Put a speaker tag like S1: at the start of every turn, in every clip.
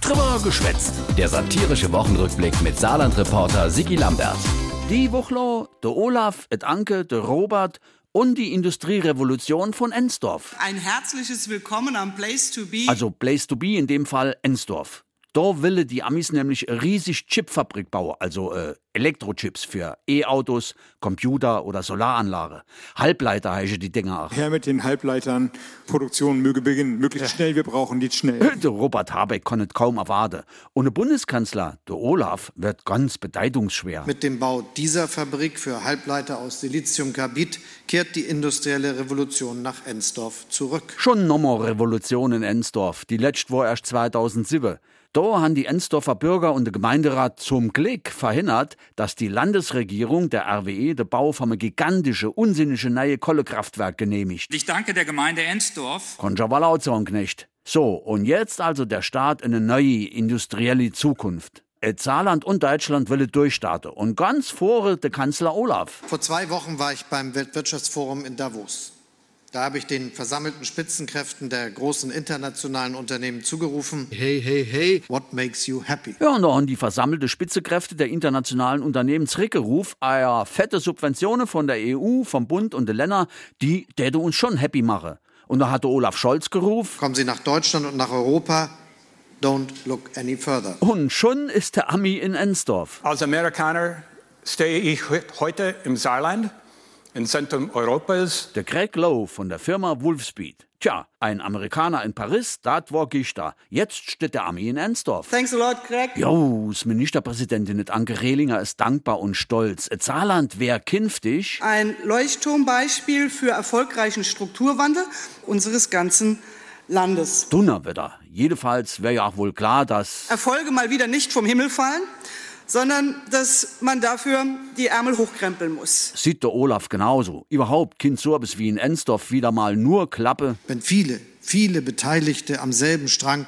S1: Drüber geschwätzt. Der satirische Wochenrückblick mit Saarland-Reporter Sigi Lambert.
S2: Die Wuchlo, der Olaf, et Anke, der Robert und die Industrierevolution von Ensdorf.
S3: Ein herzliches Willkommen am Place to Be.
S2: Also Place to Be in dem Fall Ensdorf. Da wille die Amis nämlich riesig Chipfabrik bauen, also äh, Elektrochips für E-Autos, Computer oder Solaranlage. Halbleiter heiße die Dinger auch.
S4: Her mit den Halbleitern. Produktion möge beginnen. Möglichst schnell, wir brauchen die schnell.
S2: Der Robert Habeck konnte kaum erwarten. Und der Bundeskanzler, der Olaf, wird ganz bedeutungsschwer.
S5: Mit dem Bau dieser Fabrik für Halbleiter aus Siliziumkarbid kehrt die industrielle Revolution nach Ensdorf zurück.
S2: Schon nochmal Revolution in Ensdorf. Die letzte war erst 2007. Da haben die Ensdorfer Bürger und der Gemeinderat zum Glück verhindert, dass die Landesregierung, der RWE, den Bau von einem gigantischen, unsinnigen neuen Kohlekraftwerk genehmigt.
S6: Ich danke der Gemeinde Ensdorf.
S2: Konnt ja wohl auch sagen, Knecht. So, und jetzt also der Staat in eine neue industrielle Zukunft. Äh, Saarland und Deutschland will durchstarten. Und ganz vorne der Kanzler Olaf.
S5: Vor zwei Wochen war ich beim Weltwirtschaftsforum in Davos. Da habe ich den versammelten Spitzenkräften der großen internationalen Unternehmen zugerufen, hey, hey, hey, what makes you happy?
S2: Ja, und da haben die versammelte Spitzekräfte der internationalen Unternehmen zurückgerufen, ah ja, fette Subventionen von der EU, vom Bund und den Ländern, die täte uns schon happy machen. Und da hatte Olaf Scholz gerufen,
S5: Kommen Sie nach Deutschland und nach Europa, don't look any further.
S2: und schon ist der Ami in Ensdorf.
S7: Als Amerikaner stehe ich he- heute im Saarland, im Zentrum Europas.
S2: Der Greg Lowe von der Firma Wolfspeed. Tja, ein Amerikaner in Paris, dat war Gichter. Jetzt steht der Ami in Ensdorf.
S3: Thanks a lot, Greg.
S2: Jo, das Ministerpräsidentin Anke Rehlinger ist dankbar und stolz. Äh, Saarland wär künftig
S3: Ein Leuchtturmbeispiel für erfolgreichen Strukturwandel unseres ganzen Landes.
S2: Donnerwetter. Jedenfalls wäre ja auch wohl klar, dass.
S3: Erfolge mal wieder nicht vom Himmel fallen, sondern dass man dafür die Ärmel hochkrempeln muss.
S2: Sieht der Olaf genauso. Überhaupt Kind Sorbes wie in Ensdorf wieder mal nur Klappe.
S5: Wenn viele, viele Beteiligte am selben Strang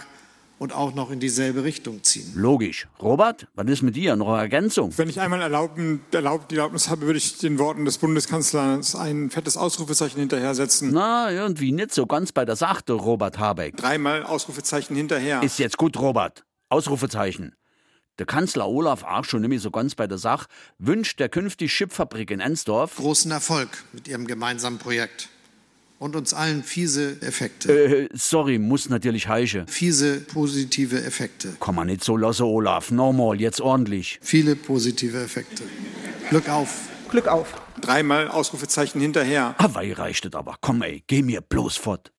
S5: und auch noch in dieselbe Richtung ziehen.
S2: Logisch. Robert, was ist mit dir? Noch eine Ergänzung?
S4: Wenn ich einmal erlauben, erlaub, die Erlaubnis habe, würde ich den Worten des Bundeskanzlers ein fettes Ausrufezeichen hinterher setzen.
S2: Na, irgendwie nicht so ganz bei der Sache, Robert Habeck.
S4: Dreimal Ausrufezeichen hinterher.
S2: Ist jetzt gut, Robert. Ausrufezeichen. Der Kanzler Olaf auch schon nämlich so ganz bei der Sache wünscht der künftig Chipfabrik in Ensdorf
S5: Großen Erfolg mit Ihrem gemeinsamen Projekt und uns allen fiese Effekte.
S2: äh, sorry, muss natürlich heische.
S5: Fiese positive Effekte.
S2: Komm mal nicht so losse, Olaf. Normal, jetzt ordentlich.
S5: Viele positive Effekte. Glück auf.
S4: Dreimal Ausrufezeichen hinterher.
S2: Ah, wei, reicht das aber. Komm, ey, geh mir bloß fort.